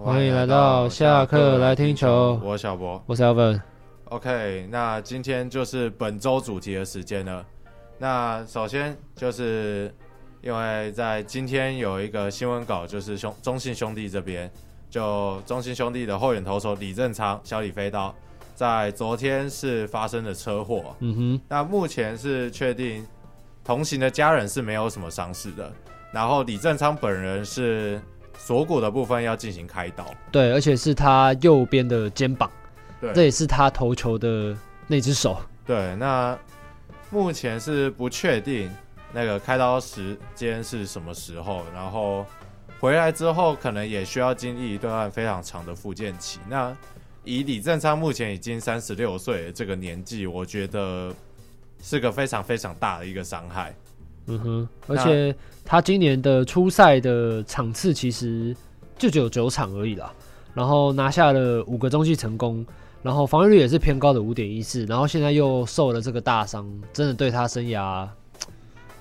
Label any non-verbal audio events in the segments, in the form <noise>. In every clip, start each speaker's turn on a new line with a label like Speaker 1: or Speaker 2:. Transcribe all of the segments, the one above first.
Speaker 1: 欢迎来到下课来听球
Speaker 2: 我是小博。
Speaker 1: 我是 Alvin。
Speaker 2: OK，那今天就是本周主题的时间了。那首先就是因为在今天有一个新闻稿，就是兄中信兄弟这边，就中信兄弟的后援投手李正昌、小李飞刀，在昨天是发生了车祸。
Speaker 1: 嗯
Speaker 2: 那目前是确定同行的家人是没有什么伤势的，然后李正昌本人是锁骨的部分要进行开刀。
Speaker 1: 哼，对，而且是他右边的肩膀，这
Speaker 2: 对
Speaker 1: 也是他投球的那只手。
Speaker 2: 对，那目前是不确定那个开刀时间是什么时候，然后回来之后可能也需要经历一段非常长的复健期。那以李正昌目前已经三十六岁的这个年纪，我觉得是个非常非常大的一个伤害。
Speaker 1: 嗯哼，而
Speaker 2: 那
Speaker 1: 且他今年的初赛的场次其实就只有九场而已啦，然后拿下了五个中继成功，然后防御率也是偏高的五点一四，然后现在又受了这个大伤，真的对他生涯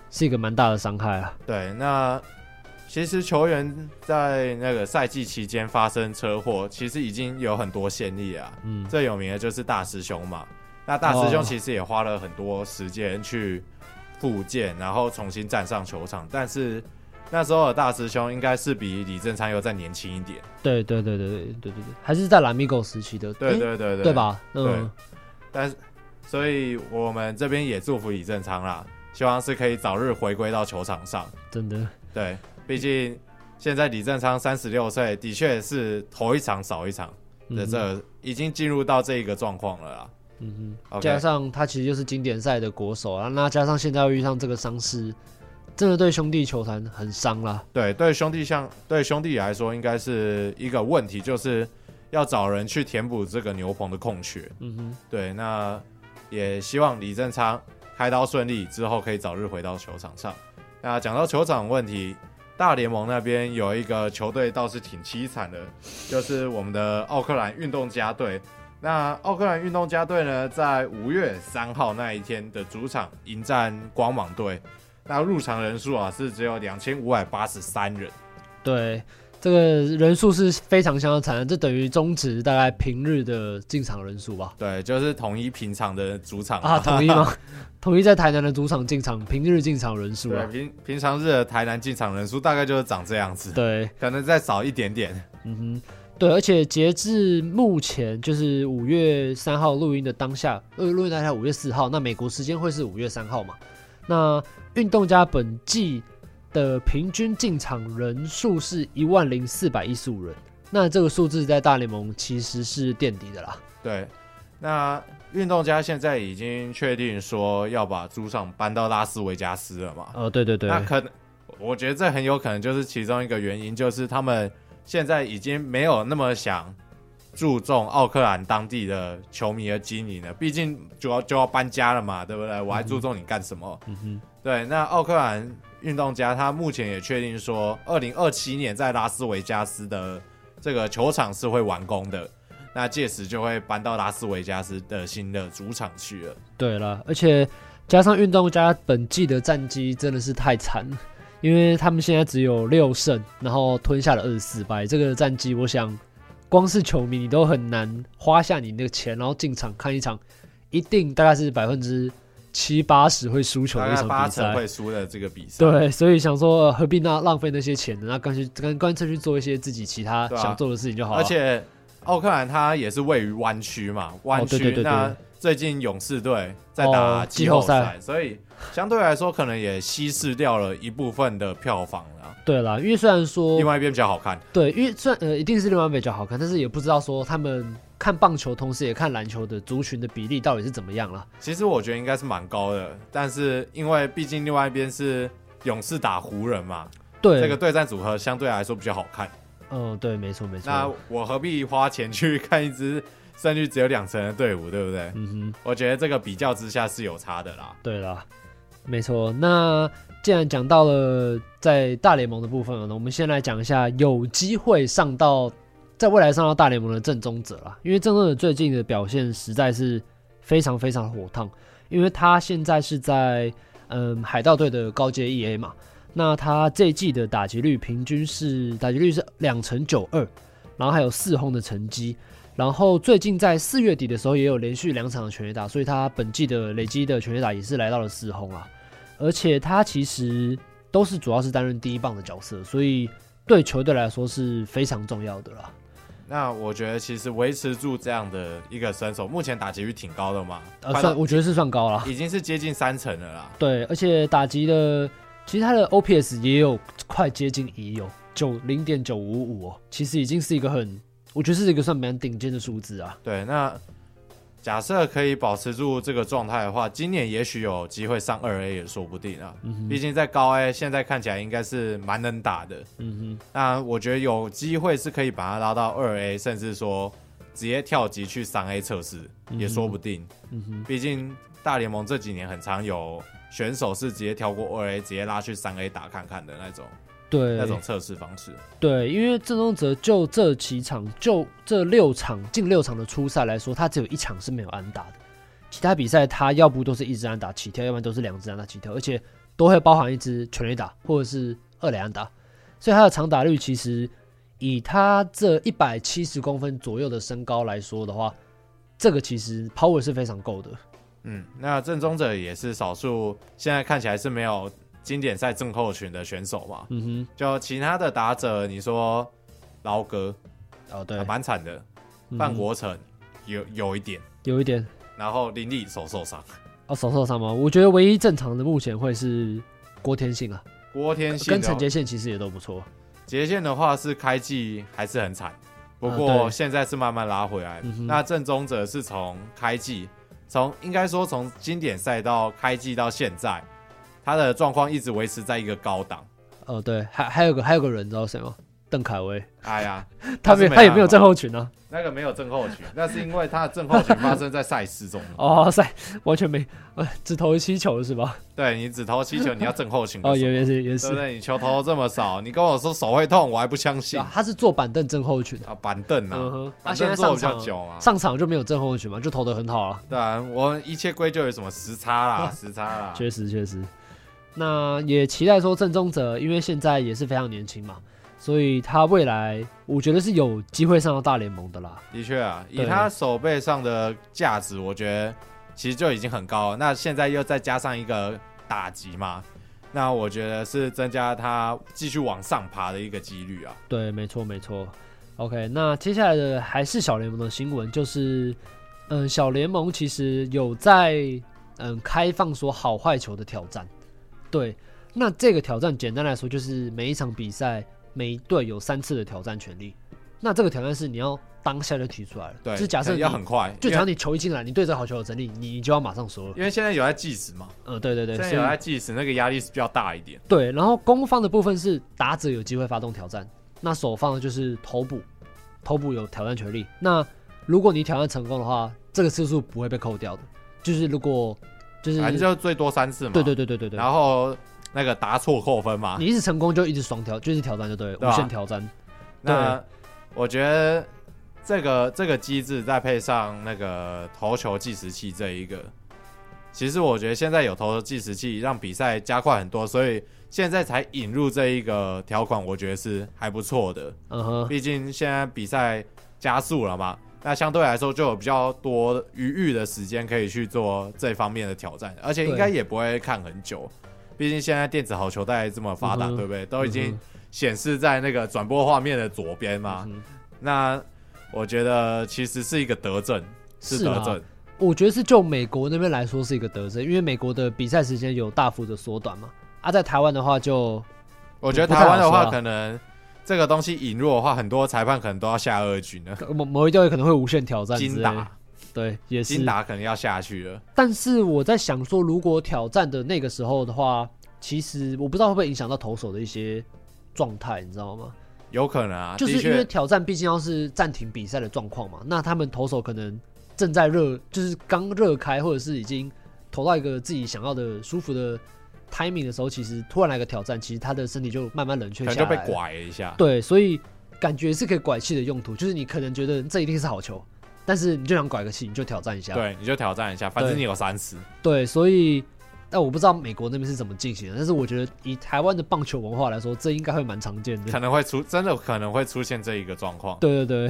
Speaker 1: 是一个蛮大的伤害啊。
Speaker 2: 对，那其实球员在那个赛季期间发生车祸，其实已经有很多先例啊。
Speaker 1: 嗯，
Speaker 2: 最有名的就是大师兄嘛。那大师兄
Speaker 1: 哦
Speaker 2: 其实也花了很多时间去复健，然后重新站上球场。但是那时候的大师兄应该是比李正昌又再年轻一点。
Speaker 1: 对对对对对对对对，还是在拉米狗时期的，
Speaker 2: 对
Speaker 1: 诶
Speaker 2: 对对对，
Speaker 1: 对？吧？
Speaker 2: 对
Speaker 1: 嗯，
Speaker 2: 但是，所以我们这边也祝福李正昌啦，希望是可以早日回归到球场上。
Speaker 1: 真的。
Speaker 2: 对，毕竟现在李正昌三十六岁，的确是头一场少一场的
Speaker 1: 嗯
Speaker 2: 这个已经进入到这一个状况了啦。
Speaker 1: 嗯哼，
Speaker 2: OK，
Speaker 1: 加上他其实就是经典赛的国手啊，那加上现在又遇上这个伤势，真的对兄弟球团很伤啦。
Speaker 2: 对对，兄弟像对兄弟来说，应该是一个问题，就是要找人去填补这个牛棚的空缺。
Speaker 1: 嗯哼，
Speaker 2: 对，那也希望李正昌开刀顺利之后可以早日回到球场上。那讲到球场问题，大联盟那边有一个球队倒是挺凄惨的，就是我们的奥克兰运动家队。那奥克兰运动家队呢，在五月三号那一天的主场迎战光芒队，那入场人数啊是只有两千五百八十三人。
Speaker 1: 对，这个人数是非常相当惨的，这等于中职大概平日的进场人数吧？
Speaker 2: 对，就是统一平常的主场
Speaker 1: 啊，统一吗？ <laughs> 统一在台南的主场进场，平日进场人数
Speaker 2: 对，
Speaker 1: 啊。
Speaker 2: 平平常日的台南进场人数大概就是长这样子。
Speaker 1: 对，
Speaker 2: 可能再少一点点。
Speaker 1: 嗯哼，对，而且截至目前就是五月三号录音的当下，呃，录音当下五月四号，那美国时间会是五月三号嘛？那运动家本季的平均进场人数是一万零四百一十五人，那这个数字在大联盟其实是垫底的啦。
Speaker 2: 对，那运动家现在已经确定说要把主场搬到拉斯维加斯了嘛？
Speaker 1: 呃，对对对，
Speaker 2: 那可能，我觉得这很有可能就是其中一个原因，就是他们现在已经没有那么想注重奥克兰当地的球迷的经营了，毕竟就要就要搬家了嘛，对不对？我还注重你干什么？
Speaker 1: 嗯哼，
Speaker 2: 对，那奥克兰运动家他目前也确定说，二零二七年在拉斯维加斯的这个球场是会完工的，那届时就会搬到拉斯维加斯的新的主场去了。
Speaker 1: 对了，而且加上运动家本季的战绩真的是太惨了。因为他们现在只有六胜，然后吞下了二十四败，这个战绩，我想光是球迷你都很难花下你那个钱，然后进场看一场，一定大概是百分之七八十会输球
Speaker 2: 大
Speaker 1: 的一
Speaker 2: 概
Speaker 1: 场
Speaker 2: 八
Speaker 1: 比
Speaker 2: 成
Speaker 1: 赛。
Speaker 2: 会输的这个比赛，
Speaker 1: 对，所以想说呃何必那浪费那些钱呢？那干脆干干脆去做一些自己其他
Speaker 2: 对啊
Speaker 1: 想做的事情就好了。
Speaker 2: 而且奥克兰它也是位于湾区嘛，湾区、
Speaker 1: 哦对对对对
Speaker 2: 那最近勇士队在
Speaker 1: 哦
Speaker 2: 打季后
Speaker 1: 季后
Speaker 2: 赛，
Speaker 1: 赛
Speaker 2: 所以相对来说可能也稀释掉了一部分的票房啊。
Speaker 1: 对啦，因为虽然说
Speaker 2: 另外一边比较好看，
Speaker 1: 对，因为虽然呃一定是另外比较好看，但是也不知道说他们看棒球同时也看篮球的族群的比例到底是怎么样了。
Speaker 2: 其实我觉得应该是蛮高的，但是因为毕竟另外一边是勇士打湖人嘛，
Speaker 1: 对，
Speaker 2: 这个对战组合相对来说比较好看。
Speaker 1: 嗯，对，没错没错。
Speaker 2: 那我何必花钱去看一支胜率只有两成的队伍，对不对？
Speaker 1: 嗯哼，
Speaker 2: 我觉得这个比较之下是有差的啦。
Speaker 1: 对啦，没错。那既然讲到了在大联盟的部分了，那我们先来讲一下有机会上到在未来上到大联盟的正宗者啦，因为正宗者最近的表现实在是非常非常火烫，因为他现在是在嗯海盗队的高阶 E EA 嘛，那他这一季的打击率平均是打击率是两成九二。然后还有四轰的成绩。然后最近在四月底的时候也有连续两场的全垒打，所以他本季的累积的全垒打也是来到了四轰啦。而且他其实都是主要是担任第一棒的角色，所以对球队来说是非常重要的啦。
Speaker 2: 那我觉得其实维持住这样的一个身手，目前打击率挺高的嘛，
Speaker 1: 呃，
Speaker 2: 快到
Speaker 1: 算我觉得是算高啦。
Speaker 2: 已经是接近三成了啦。
Speaker 1: 对，而且打击的其实他的 OPS 也有快接近一有九零点九五五哦，其实已经是一个很，我觉得是一个算蛮顶尖的数字啊。
Speaker 2: 对，那假设可以保持住这个状态的话，今年也许有机会上二 A 也说不定啊。
Speaker 1: 嗯
Speaker 2: 毕
Speaker 1: 哼，
Speaker 2: 竟在高 A 现在看起来应该是蛮能打的，
Speaker 1: 嗯哼，
Speaker 2: 那我觉得有机会是可以把它拉到二 A，甚至说直接跳级去三 A 测试
Speaker 1: 嗯
Speaker 2: 也说不定。
Speaker 1: 嗯哼，
Speaker 2: 毕竟大联盟这几年很常有选手是直接跳过二 A，直接拉去三 A 打看看的那种
Speaker 1: 对，
Speaker 2: 那种测试方式。
Speaker 1: 对，因为郑宗哲就这几场，就这六场近六场的初赛来说，他只有一场是没有安打的，其他比赛他要不都是一支安打起跳，要不然都是两支安打起跳，而且都会包含一支全垒打或者是二垒安打，所以他的长打率其实以他这一百七十公分左右的身高来说的话，这个其实 power 是非常够的。
Speaker 2: 嗯，那正宗者也是少数现在看起来是没有经典赛症候群的选手嘛。
Speaker 1: 嗯
Speaker 2: 就其他的打者，你说劳格
Speaker 1: 哼，哦对
Speaker 2: 呃，蛮惨的，
Speaker 1: 嗯
Speaker 2: 范国成有有一点，
Speaker 1: 有一点
Speaker 2: 然后林立手受伤，
Speaker 1: 哦手受伤吗？我觉得唯一正常的目前会是郭天信啊，
Speaker 2: 郭天信
Speaker 1: 跟
Speaker 2: 的哦
Speaker 1: 陈杰宪其实也都不错。
Speaker 2: 杰线的话是开季还是很惨，不
Speaker 1: 啊
Speaker 2: 过
Speaker 1: 对
Speaker 2: 现在是慢慢拉回来。
Speaker 1: 嗯哼
Speaker 2: 那正宗者是从开季，从应该说从经典赛到开季到现在，他的状况一直维持在一个高档。
Speaker 1: 哦，对，还还有个还有个人，你知道谁吗？邓凯威，
Speaker 2: 哎呀，
Speaker 1: <laughs> 他
Speaker 2: 是
Speaker 1: 没
Speaker 2: 没
Speaker 1: 他也
Speaker 2: 办
Speaker 1: 没有
Speaker 2: 法
Speaker 1: 症候群啊。
Speaker 2: 那个没有症候群，那是因为他的症候群发生在赛事中。
Speaker 1: <laughs> 哦，塞，完全没，呃，只投七球是吧？
Speaker 2: 对你只投七球，你要症候群个
Speaker 1: 哦，
Speaker 2: 手
Speaker 1: 也也是也
Speaker 2: 对不
Speaker 1: 是，
Speaker 2: 对？你球投这么少，你跟我说手会痛，我还不相信
Speaker 1: 啊他是坐板凳症候群。
Speaker 2: 啊！板凳
Speaker 1: 嗯
Speaker 2: 啊，
Speaker 1: 哼，他
Speaker 2: 板
Speaker 1: 现
Speaker 2: 凳
Speaker 1: 在
Speaker 2: 坐
Speaker 1: 上
Speaker 2: 比较
Speaker 1: 场
Speaker 2: 久啊。
Speaker 1: 上场就没有症候群嘛，就投的很好啊，
Speaker 2: 对啊，我们一切归咎于什么时差
Speaker 1: <laughs>
Speaker 2: 啦，时差啦。
Speaker 1: 确实确实。那也期待说郑宗哲，因为现在也是非常年轻嘛，所以他未来我觉得是有机会上到大联盟的啦。
Speaker 2: 的确啊，以
Speaker 1: 对
Speaker 2: 他手背上的价值，我觉得其实就已经很高了。那现在又再加上一个打击嘛，那我觉得是增加他继续往上爬的一个几率啊。
Speaker 1: 对，没错没错。OK，那接下来的还是小联盟的新闻，就是嗯，小联盟其实有在嗯开放说好坏球的挑战。对，那这个挑战简单来说就是每一场比赛每一队有三次的挑战权利。那这个挑战是你要当下就提出来了，
Speaker 2: 对，
Speaker 1: 就是假设你
Speaker 2: 要很快，
Speaker 1: 就
Speaker 2: 因
Speaker 1: 假
Speaker 2: 为
Speaker 1: 如你球一进来，你对这好球有整理，你你就要马上说了。
Speaker 2: 因为现在有在计时嘛，
Speaker 1: 呃，对对对，
Speaker 2: 现在
Speaker 1: 所
Speaker 2: 有
Speaker 1: 以
Speaker 2: 在计时，那个压力是比较大一点。
Speaker 1: 对，然后攻方的部分是打者有机会发动挑战，那守方就是头捕，头捕有挑战权利。那如果你挑战成功的话，这个次数不会被扣掉的。就是如果就是
Speaker 2: 反正就最多三次嘛。
Speaker 1: 对对对对对对，
Speaker 2: 然后那个答错扣分嘛
Speaker 1: 你。一直成功就一直双挑，就是挑战嗯就对了，
Speaker 2: 对
Speaker 1: 无
Speaker 2: 啊
Speaker 1: 限挑战。
Speaker 2: 那我觉得这个这个机制再配上那个投球计时器这一个，其实我觉得现在有投球计时器，让比赛加快很多，所以现在才引入这一个条款，我觉得是还不错的。
Speaker 1: 嗯哼，
Speaker 2: <laughs> 毕竟现在比赛加速了嘛，那相对来说就有比较多余裕的时间可以去做这方面的挑战，而且应该
Speaker 1: 对
Speaker 2: 也不会看很久。毕竟现在电子好球带这么发达，
Speaker 1: 嗯哼
Speaker 2: 对不对？都已
Speaker 1: 嗯
Speaker 2: 经显示在那个转播画面的左边嘛。
Speaker 1: 嗯
Speaker 2: 那我觉得其实是一个德政，
Speaker 1: 是
Speaker 2: 德
Speaker 1: 啊
Speaker 2: 政。
Speaker 1: 我觉得是就美国那边来说是一个得胜，因为美国的比赛时间有大幅的缩短嘛。啊，在台湾的话就
Speaker 2: 我觉得
Speaker 1: 不
Speaker 2: 台湾
Speaker 1: 太好
Speaker 2: 的
Speaker 1: 说啊
Speaker 2: 话，可能这个东西引入的话，很多裁判可能都要下二军了，
Speaker 1: 某某一队可能会无限挑战之类
Speaker 2: 金
Speaker 1: 的
Speaker 2: 打，
Speaker 1: 对，也是
Speaker 2: 金打可能要下去了。
Speaker 1: 但是我在想说，如果挑战的那个时候的话，其实我不知道会不会影响到投手的一些状态，你知道吗？
Speaker 2: 有可能啊，
Speaker 1: 就是
Speaker 2: 的
Speaker 1: 因
Speaker 2: 确
Speaker 1: 为挑战毕竟要是暂停比赛的状况嘛，那他们投手可能正在热，就是刚热开，或者是已经投到一个自己想要的舒服的 timing 的时候，其实突然来个挑战，其实他的身体就慢慢冷却
Speaker 2: 可
Speaker 1: 下
Speaker 2: 能
Speaker 1: 来，
Speaker 2: 就被。拐了一下。
Speaker 1: 对，所以感觉是可以拐气的用途，就是你可能觉得这一定是好球，但是你就想拐个气，你就挑战一下。
Speaker 2: 对，你就挑战一下，反正
Speaker 1: 对
Speaker 2: 你有三次。
Speaker 1: 对，所以但我不知道美国那边是怎么进行的，但是我觉得以台湾的棒球文化来说，这应该会蛮常见的
Speaker 2: 可。能会出真的可能会出现这一个状况。
Speaker 1: 对对对，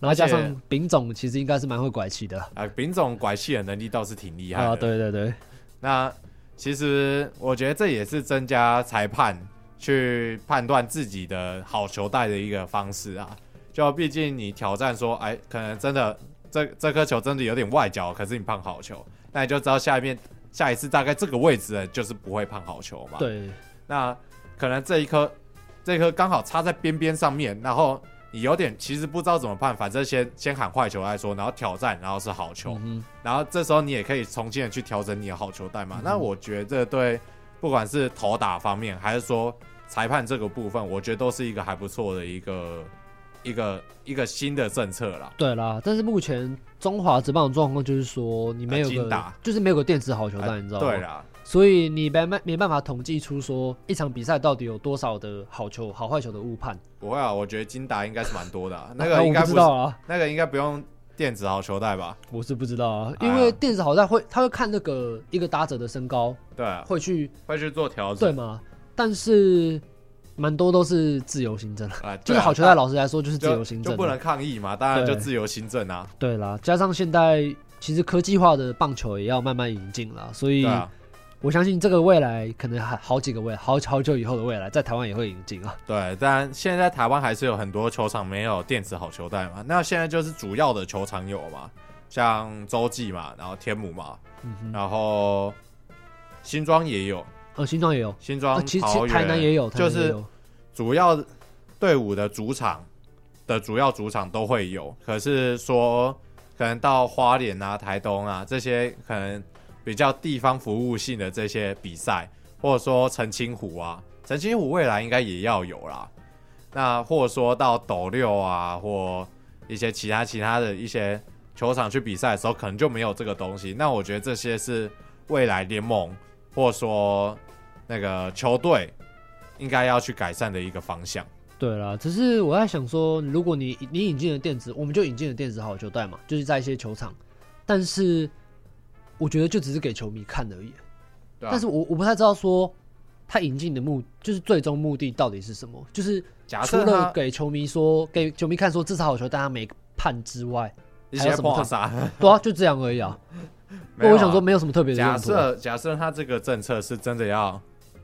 Speaker 1: 然后加
Speaker 2: 而且
Speaker 1: 上丙总其实应该是蛮会拐气的
Speaker 2: 啊，丙总拐气的能力倒是挺厉害的。
Speaker 1: 啊，对对对，
Speaker 2: 那其实我觉得这也是增加裁判去判断自己的好球带的一个方式啊。就毕竟你挑战说，哎，可能真的这这颗球真的有点外角，可是你判好球，那你就知道下一面下一次大概这个位置的就是不会判好球嘛。，
Speaker 1: 对嗯
Speaker 2: 那可能这一颗这一颗刚好插在边边上面，然后你有点其实不知道怎么判，反正先先喊坏球来说，然后挑战，然后是好球。
Speaker 1: 嗯
Speaker 2: 然后这时候你也可以重新的去调整你的好球带嘛。那我觉得对，不管是投打方面，还是说裁判这个部分，我觉得都是一个还不错的一个一个一个新的政策啦。
Speaker 1: 对啦。但是目前中华职棒的状况就是说，你没有
Speaker 2: 啊精
Speaker 1: 个
Speaker 2: 打
Speaker 1: 就是没有个电子好球
Speaker 2: 啊
Speaker 1: 带，你知道吗？
Speaker 2: 对啦，
Speaker 1: 所以你没办没办法统计出说一场比赛到底有多少的好球、好坏球的误判。
Speaker 2: 不会啊，我觉得金达应该是蛮多的啊、那
Speaker 1: 啊
Speaker 2: 个应
Speaker 1: 我
Speaker 2: 该不
Speaker 1: 不知
Speaker 2: 是
Speaker 1: 道啊，
Speaker 2: 那个应该不用电子好球带吧？
Speaker 1: 我是不知道啊，
Speaker 2: 哎
Speaker 1: 因
Speaker 2: 呀
Speaker 1: 为电子好带会，他会看那个一个打者的身高，
Speaker 2: 对啊，
Speaker 1: 会去
Speaker 2: 会去做调
Speaker 1: 对
Speaker 2: 整。啊
Speaker 1: 吗？但是蛮多都是自由行政，
Speaker 2: 啊，对
Speaker 1: 就是
Speaker 2: 啊
Speaker 1: 好球带，老实来说就是自
Speaker 2: 就
Speaker 1: 由行
Speaker 2: 就
Speaker 1: 政
Speaker 2: 不
Speaker 1: 的。
Speaker 2: 能抗议嘛，当然
Speaker 1: 对
Speaker 2: 就自由新政啊。
Speaker 1: 对啦，加上现在其实科技化的棒球也要慢慢引进啦，所以
Speaker 2: 对啊，
Speaker 1: 我相信这个未来可能还好几个未好好久以后的未来，在台湾也会引进啊。
Speaker 2: 对，但现在台湾还是有很多球场没有电子好球带嘛。那现在就是主要的球场有嘛，像洲际嘛，然后天母嘛，
Speaker 1: 嗯哼，
Speaker 2: 然后新庄也有，
Speaker 1: 呃，新庄也有，
Speaker 2: 新
Speaker 1: 呃
Speaker 2: 庄、
Speaker 1: 其实
Speaker 2: 桃
Speaker 1: 其实
Speaker 2: 园
Speaker 1: 台南也有，台
Speaker 2: 就
Speaker 1: 南也
Speaker 2: 是
Speaker 1: 有
Speaker 2: 主要队伍的主场的主要主场都会有。可是说，可能到花莲啊、台东啊这些可能比较地方服务性的这些比赛，或者说澄清湖啊，澄清湖未来应该也要有啦。那或者说到斗六啊，或一些其他其他的一些球场去比赛的时候，可能就没有这个东西。那我觉得这些是未来联盟或者说那个球队应该要去改善的一个方向。
Speaker 1: 对啦，只是我在想说，如果你你引进了电子，我们就引进了电子好球带嘛，就是在一些球场，但是我觉得就只是给球迷看而已。
Speaker 2: 对啊
Speaker 1: 但是我我不太知道说他引进的目就是最终目的到底是什么，就是
Speaker 2: 假
Speaker 1: 除
Speaker 2: 设
Speaker 1: 了
Speaker 2: 他
Speaker 1: 给球迷说给球迷看说至少好球带他没判
Speaker 2: <laughs>
Speaker 1: 之外，
Speaker 2: 一
Speaker 1: 还有
Speaker 2: 些
Speaker 1: 什么
Speaker 2: 破
Speaker 1: 特
Speaker 2: 杀，
Speaker 1: <laughs> 对啊，就这样而已啊。
Speaker 2: 没有
Speaker 1: 我
Speaker 2: 啊
Speaker 1: 想说，没有什么特别的
Speaker 2: 假
Speaker 1: 用途啊。
Speaker 2: 设假设他这个政策是真的要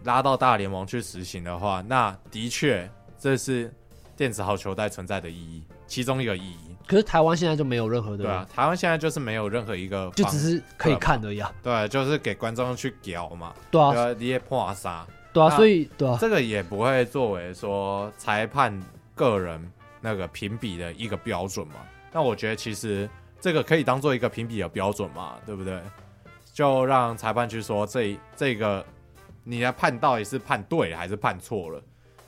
Speaker 2: 拉到大联盟去实行的话，那的确这是电子好球带存在的意义，其中一个意义。
Speaker 1: 可是台湾现在就没有任何的，
Speaker 2: 对啊，台湾现在就是没有任何一个
Speaker 1: 就
Speaker 2: 方
Speaker 1: 只是可以看而已啊。
Speaker 2: 对，就是给观众去屌嘛，
Speaker 1: 对啊，
Speaker 2: 呃，你也破杀，
Speaker 1: 对啊，
Speaker 2: 那
Speaker 1: 所以对啊，
Speaker 2: 这个也不会作为说裁判个人那个评比的一个标准嘛。那我觉得其实这个可以当做一个评比的标准嘛，对不对？就让裁判去说这这个你的判到底是判对了还是判错了？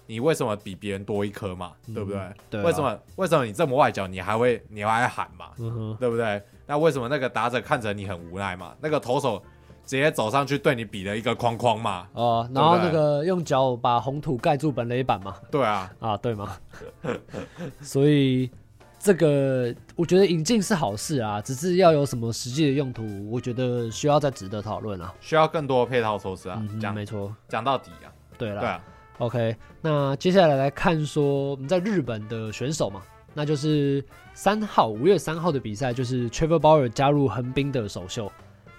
Speaker 2: 你为什么比别人多一颗嘛？对不对？
Speaker 1: 对啊
Speaker 2: 为什么为什么你这么外角，你还会你还喊嘛？
Speaker 1: 嗯哼，
Speaker 2: 对不对？那为什么那个打者看着你很无奈嘛？那个投手直接走上去对你比了一个框框嘛？
Speaker 1: 哦，然后那个用脚把红土盖住本垒板嘛，
Speaker 2: 对啊，
Speaker 1: 啊，对吗？ <laughs> 所以这个我觉得引进是好事啊，只是要有什么实际的用途，我觉得需要再值得讨论啊。
Speaker 2: 需要更多的配套措施啊
Speaker 1: 嗯。哼，
Speaker 2: 讲
Speaker 1: 没错，
Speaker 2: 讲到底啊，
Speaker 1: 对了
Speaker 2: 对啊，
Speaker 1: o k 那接下来来看说我们在日本的选手嘛，那就是三号五月三号的比赛，就是 Trevor Bauer 加入横滨的首秀。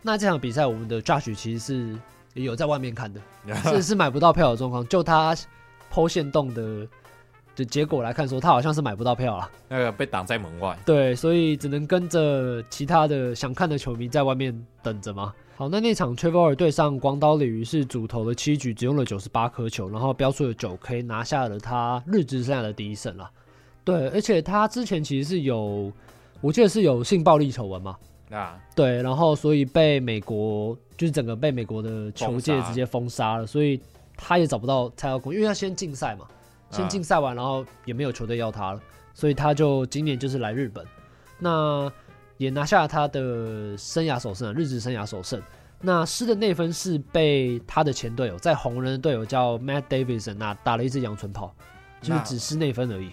Speaker 1: 那这场比赛我们的 Josh 其实是也有在外
Speaker 2: <laughs>
Speaker 1: 面看的，
Speaker 2: 啊
Speaker 1: 是是买不到票的状况。就他剖线洞的的结果来看说，他好像是买不到票啊。
Speaker 2: 那个被挡在门外。
Speaker 1: 对，所以只能跟着其他的想看的球迷在外面等着嘛。好，那那场 Trevor 对上广岛鲤鱼是主投了七局，只用了九十八颗球，然后标出了九 K，拿下了他日职生涯的第一胜了。啊对，而且他之前其实是有，我记得是有性暴力丑闻嘛。
Speaker 2: 那
Speaker 1: 对，然后所以被美国就是整个被美国的球界
Speaker 2: 封杀
Speaker 1: 直接封杀了，所以他也找不到蔡耀公，因为他先禁赛嘛，先禁赛完，然后也没有球队要他了，所以他就今年就是来日本，那也拿下了他的生涯首胜啊，日职生涯首胜。那失的那分是被他的前队友，在红人的队友叫 Matt Davidson 那打了一支阳春炮，就是
Speaker 2: 那
Speaker 1: 只失那分而已。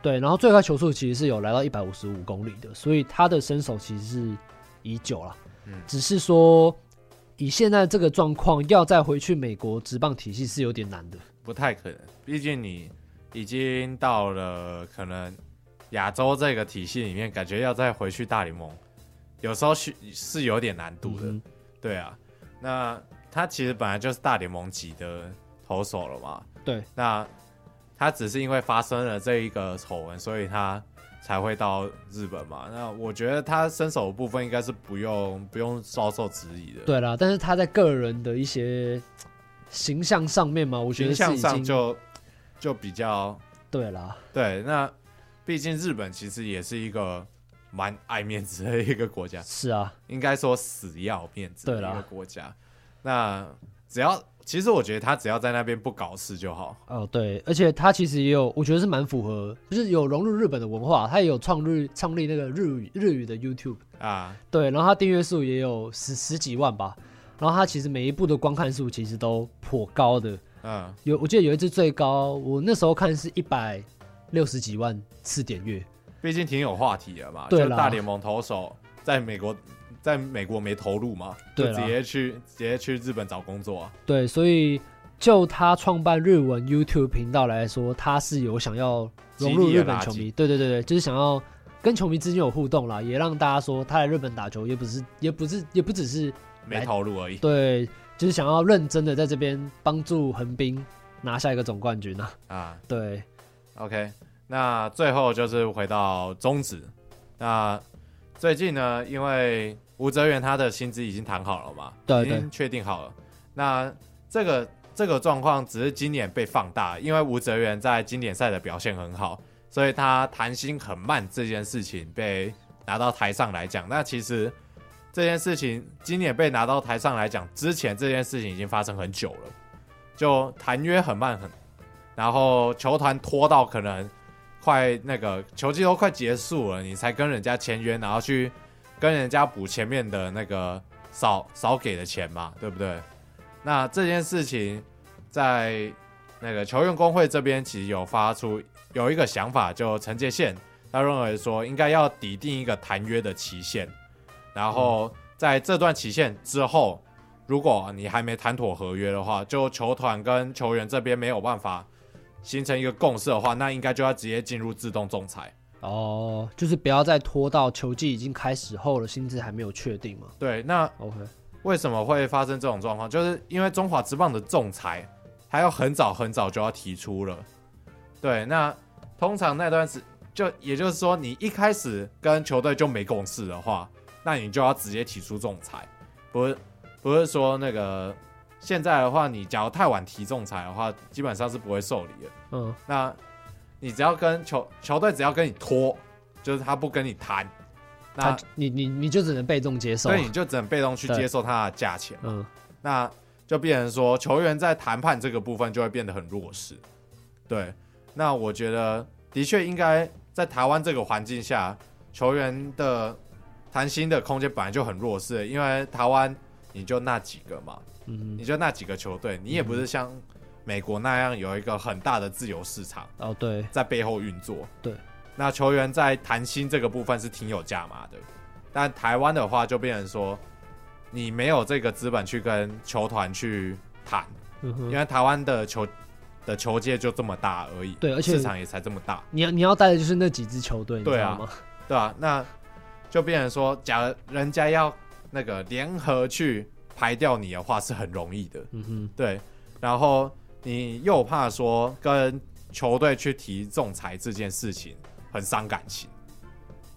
Speaker 1: 对，然后最快球速其实是有来到一百五十五公里的，所以他的身手其实是已久了。
Speaker 2: 嗯
Speaker 1: 只是说以现在这个状况，要再回去美国职棒体系是有点难的。
Speaker 2: 不太可能，毕竟你已经到了可能亚洲这个体系里面，感觉要再回去大联盟，有时候是是有点难度的。
Speaker 1: 嗯
Speaker 2: 对啊，那他其实本来就是大联盟级的投手了嘛。
Speaker 1: 对，
Speaker 2: 那他只是因为发生了这一个丑闻，所以他才会到日本嘛。那我觉得他身手的部分应该是不用不用遭受质疑的。，
Speaker 1: 对啦，但是他在个人的一些形象上面嘛，我觉
Speaker 2: 形
Speaker 1: 得是
Speaker 2: 象
Speaker 1: 已
Speaker 2: 上
Speaker 1: 经
Speaker 2: 就就比较
Speaker 1: 对啦，
Speaker 2: 对，那毕竟日本其实也是一个蛮爱面子的一个国家，
Speaker 1: 是啊，
Speaker 2: 应该说死要面子的
Speaker 1: 对啦
Speaker 2: 一个国家。那只要，其实我觉得他只要在那边不搞事就好。
Speaker 1: 哦对，而且他其实也有，我觉得是蛮符合，就是有融入日本的文化，他也有创日创立那个日语日语的 YouTube，
Speaker 2: 啊，
Speaker 1: 对，然后他订阅数也有十十几万吧，然后他其实每一部的观看数其实都颇高的，
Speaker 2: 嗯，
Speaker 1: 有我记得有一支最高，我那时候看是一百六十几万次点阅，
Speaker 2: 毕竟挺有话题的嘛，
Speaker 1: 对
Speaker 2: 就
Speaker 1: 啦
Speaker 2: 大联盟投手在美国，在美国没投入嘛，就
Speaker 1: 对啦
Speaker 2: 直接去直接去日本找工作啊、
Speaker 1: 对，所以就他创办日文 YouTube 频道来说，他是有想要融入日本球
Speaker 2: 极力
Speaker 1: 迷，对对对对，就是想要跟球迷之间有互动啦，也让大家说他来日本打球也不是也不是也不只是
Speaker 2: 没投入而已。
Speaker 1: 对，就是想要认真的在这边帮助横滨拿下一个总冠军啊， <laughs>
Speaker 2: 啊，
Speaker 1: 对，
Speaker 2: OK，那最后就是回到中职。那最近呢，因为吴哲源他的薪资已经谈好了嘛，
Speaker 1: 对
Speaker 2: 已经确定好了。那这个这个状况只是今年被放大，因为吴哲源在经典赛的表现很好，所以他谈薪很慢这件事情被拿到台上来讲。那其实这件事情今年被拿到台上来讲，之前这件事情已经发生很久了，就谈约很慢很，然后球团拖到可能快那个球季都快结束了，你才跟人家签约，然后去跟人家补前面的那个少少给的钱嘛，对不对？那这件事情在那个球员工会这边其实有发出有一个想法，就惩戒线，他认为说应该要拟定一个谈约的期限，然后在这段期限之后，如果你还没谈妥合约的话，就球团跟球员这边没有办法形成一个共识的话，那应该就要直接进入自动仲裁。
Speaker 1: 哦，就是不要再拖到球季已经开始后了，薪资还没有确定嘛
Speaker 2: 对，那
Speaker 1: ，OK，
Speaker 2: 为什么会发生这种状况？就是因为中华职棒的仲裁还要很早很早就要提出了。对，那通常那段时就也就是说，你一开始跟球队就没共识的话，那你就要直接提出仲裁，不是不是说那个现在的话，你假如太晚提仲裁的话，基本上是不会受理的。
Speaker 1: 嗯，
Speaker 2: 那你只要跟球球队只要跟你拖，就是他不跟你谈，那
Speaker 1: 他你你你就只能被动接受
Speaker 2: 所，以你就只能被动去
Speaker 1: 对
Speaker 2: 接受他的价钱。
Speaker 1: 嗯，
Speaker 2: 那就变成说球员在谈判这个部分就会变得很弱势。对，那我觉得的确应该在台湾这个环境下，球员的谈薪的空间本来就很弱势，因为台湾你就那几个嘛，
Speaker 1: 嗯
Speaker 2: 你就那几个球队，你也不是像美国那样有一个很大的自由市场。
Speaker 1: 哦对，
Speaker 2: 在背后运作。
Speaker 1: 对，
Speaker 2: 那球员在谈薪这个部分是挺有价码的，但台湾的话就变成说，你没有这个资本去跟球团去谈，
Speaker 1: 嗯哼
Speaker 2: 因。为台湾的球的球界就这么大而已，
Speaker 1: 对而且
Speaker 2: 市场也才这么大，
Speaker 1: 你要你要带的就是那几支球队，你知
Speaker 2: 对啊
Speaker 1: 道吗？ <laughs>
Speaker 2: 对吧、那就变成说，假如人家要那个联合去排掉你的话是很容易的，
Speaker 1: 嗯哼，
Speaker 2: 对，然后你又怕说跟球队去提仲裁这件事情很伤感情，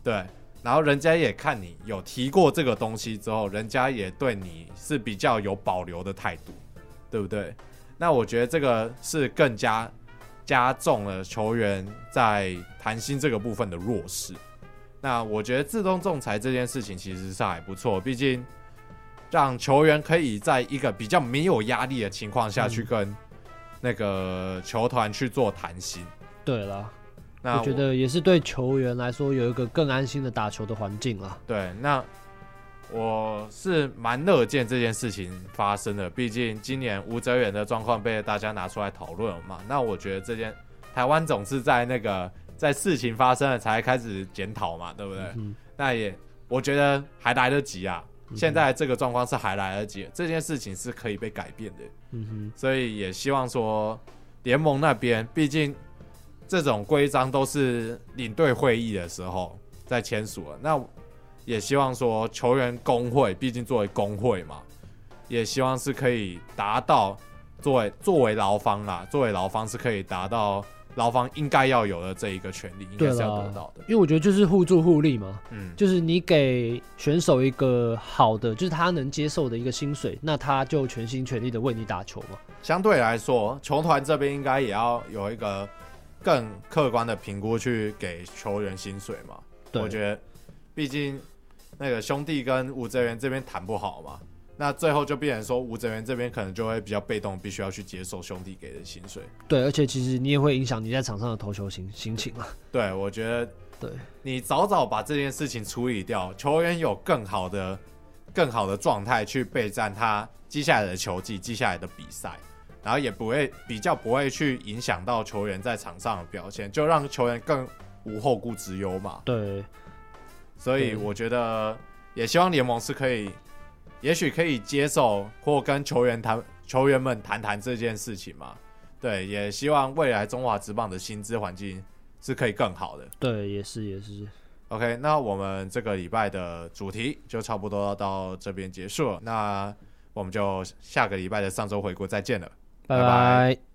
Speaker 2: 对，然后人家也看你有提过这个东西之后，人家也对你是比较有保留的态度，对不对？那我觉得这个是更加加重了球员在谈薪这个部分的弱势。那我觉得自动仲裁这件事情其实是还不错，毕竟让球员可以在一个比较没有压力的情况下
Speaker 1: 嗯
Speaker 2: 去跟那个球团去做谈薪。
Speaker 1: 对啦，
Speaker 2: 那
Speaker 1: 我觉得也是对球员来说有一个更安心的打球的环境啦。
Speaker 2: 对，那我是蛮乐见这件事情发生的，毕竟今年吴哲源的状况被大家拿出来讨论了嘛。那我觉得这件台湾总是在那个在事情发生了才开始检讨嘛，对不对？
Speaker 1: 嗯，
Speaker 2: 那也我觉得还来得及啊，现在这个状况是还来得及的，这件事情是可以被改变的。
Speaker 1: 嗯哼，
Speaker 2: 所以也希望说联盟那边，毕竟这种规章都是领队会议的时候在签署的。那也希望说球员工会，毕竟作为工会嘛，也希望是可以达到作为作为劳方啦，作为劳方是可以达到劳方应该要有的这一个权利，应该是要
Speaker 1: 对啦
Speaker 2: 得到的。
Speaker 1: 因为我觉得就是互助互利嘛，
Speaker 2: 嗯，
Speaker 1: 就是你给选手一个好的，就是他能接受的一个薪水，那他就全心全力的为你打球嘛。
Speaker 2: 相对来说，球团这边应该也要有一个更客观的评估去给球员薪水嘛。
Speaker 1: 对，
Speaker 2: 我觉得，毕竟那个兄弟跟吴哲源这边谈不好嘛，那最后就变成说吴哲源这边可能就会比较被动，必须要去接受兄弟给的薪水。
Speaker 1: 对，而且其实你也会影响你在场上的投球心心情嘛。
Speaker 2: 对，我觉得
Speaker 1: 对，
Speaker 2: 你早早把这件事情处理掉，球员有更好的、更好的状态去备战他接下来的球季、接下来的比赛，然后也不会比较不会去影响到球员在场上的表现，就让球员更无后顾之忧嘛。
Speaker 1: 对，
Speaker 2: 所以
Speaker 1: 对
Speaker 2: 我觉得也希望联盟是可以，也许可以接受或跟球员谈球员们谈谈这件事情嘛。对，也希望未来中华职棒的薪资环境是可以更好的。
Speaker 1: 对，也是也是。
Speaker 2: OK，那我们这个礼拜的主题就差不多到这边结束了，那我们就下个礼拜的上周回顾再见了。
Speaker 1: 拜
Speaker 2: 拜拜
Speaker 1: 拜。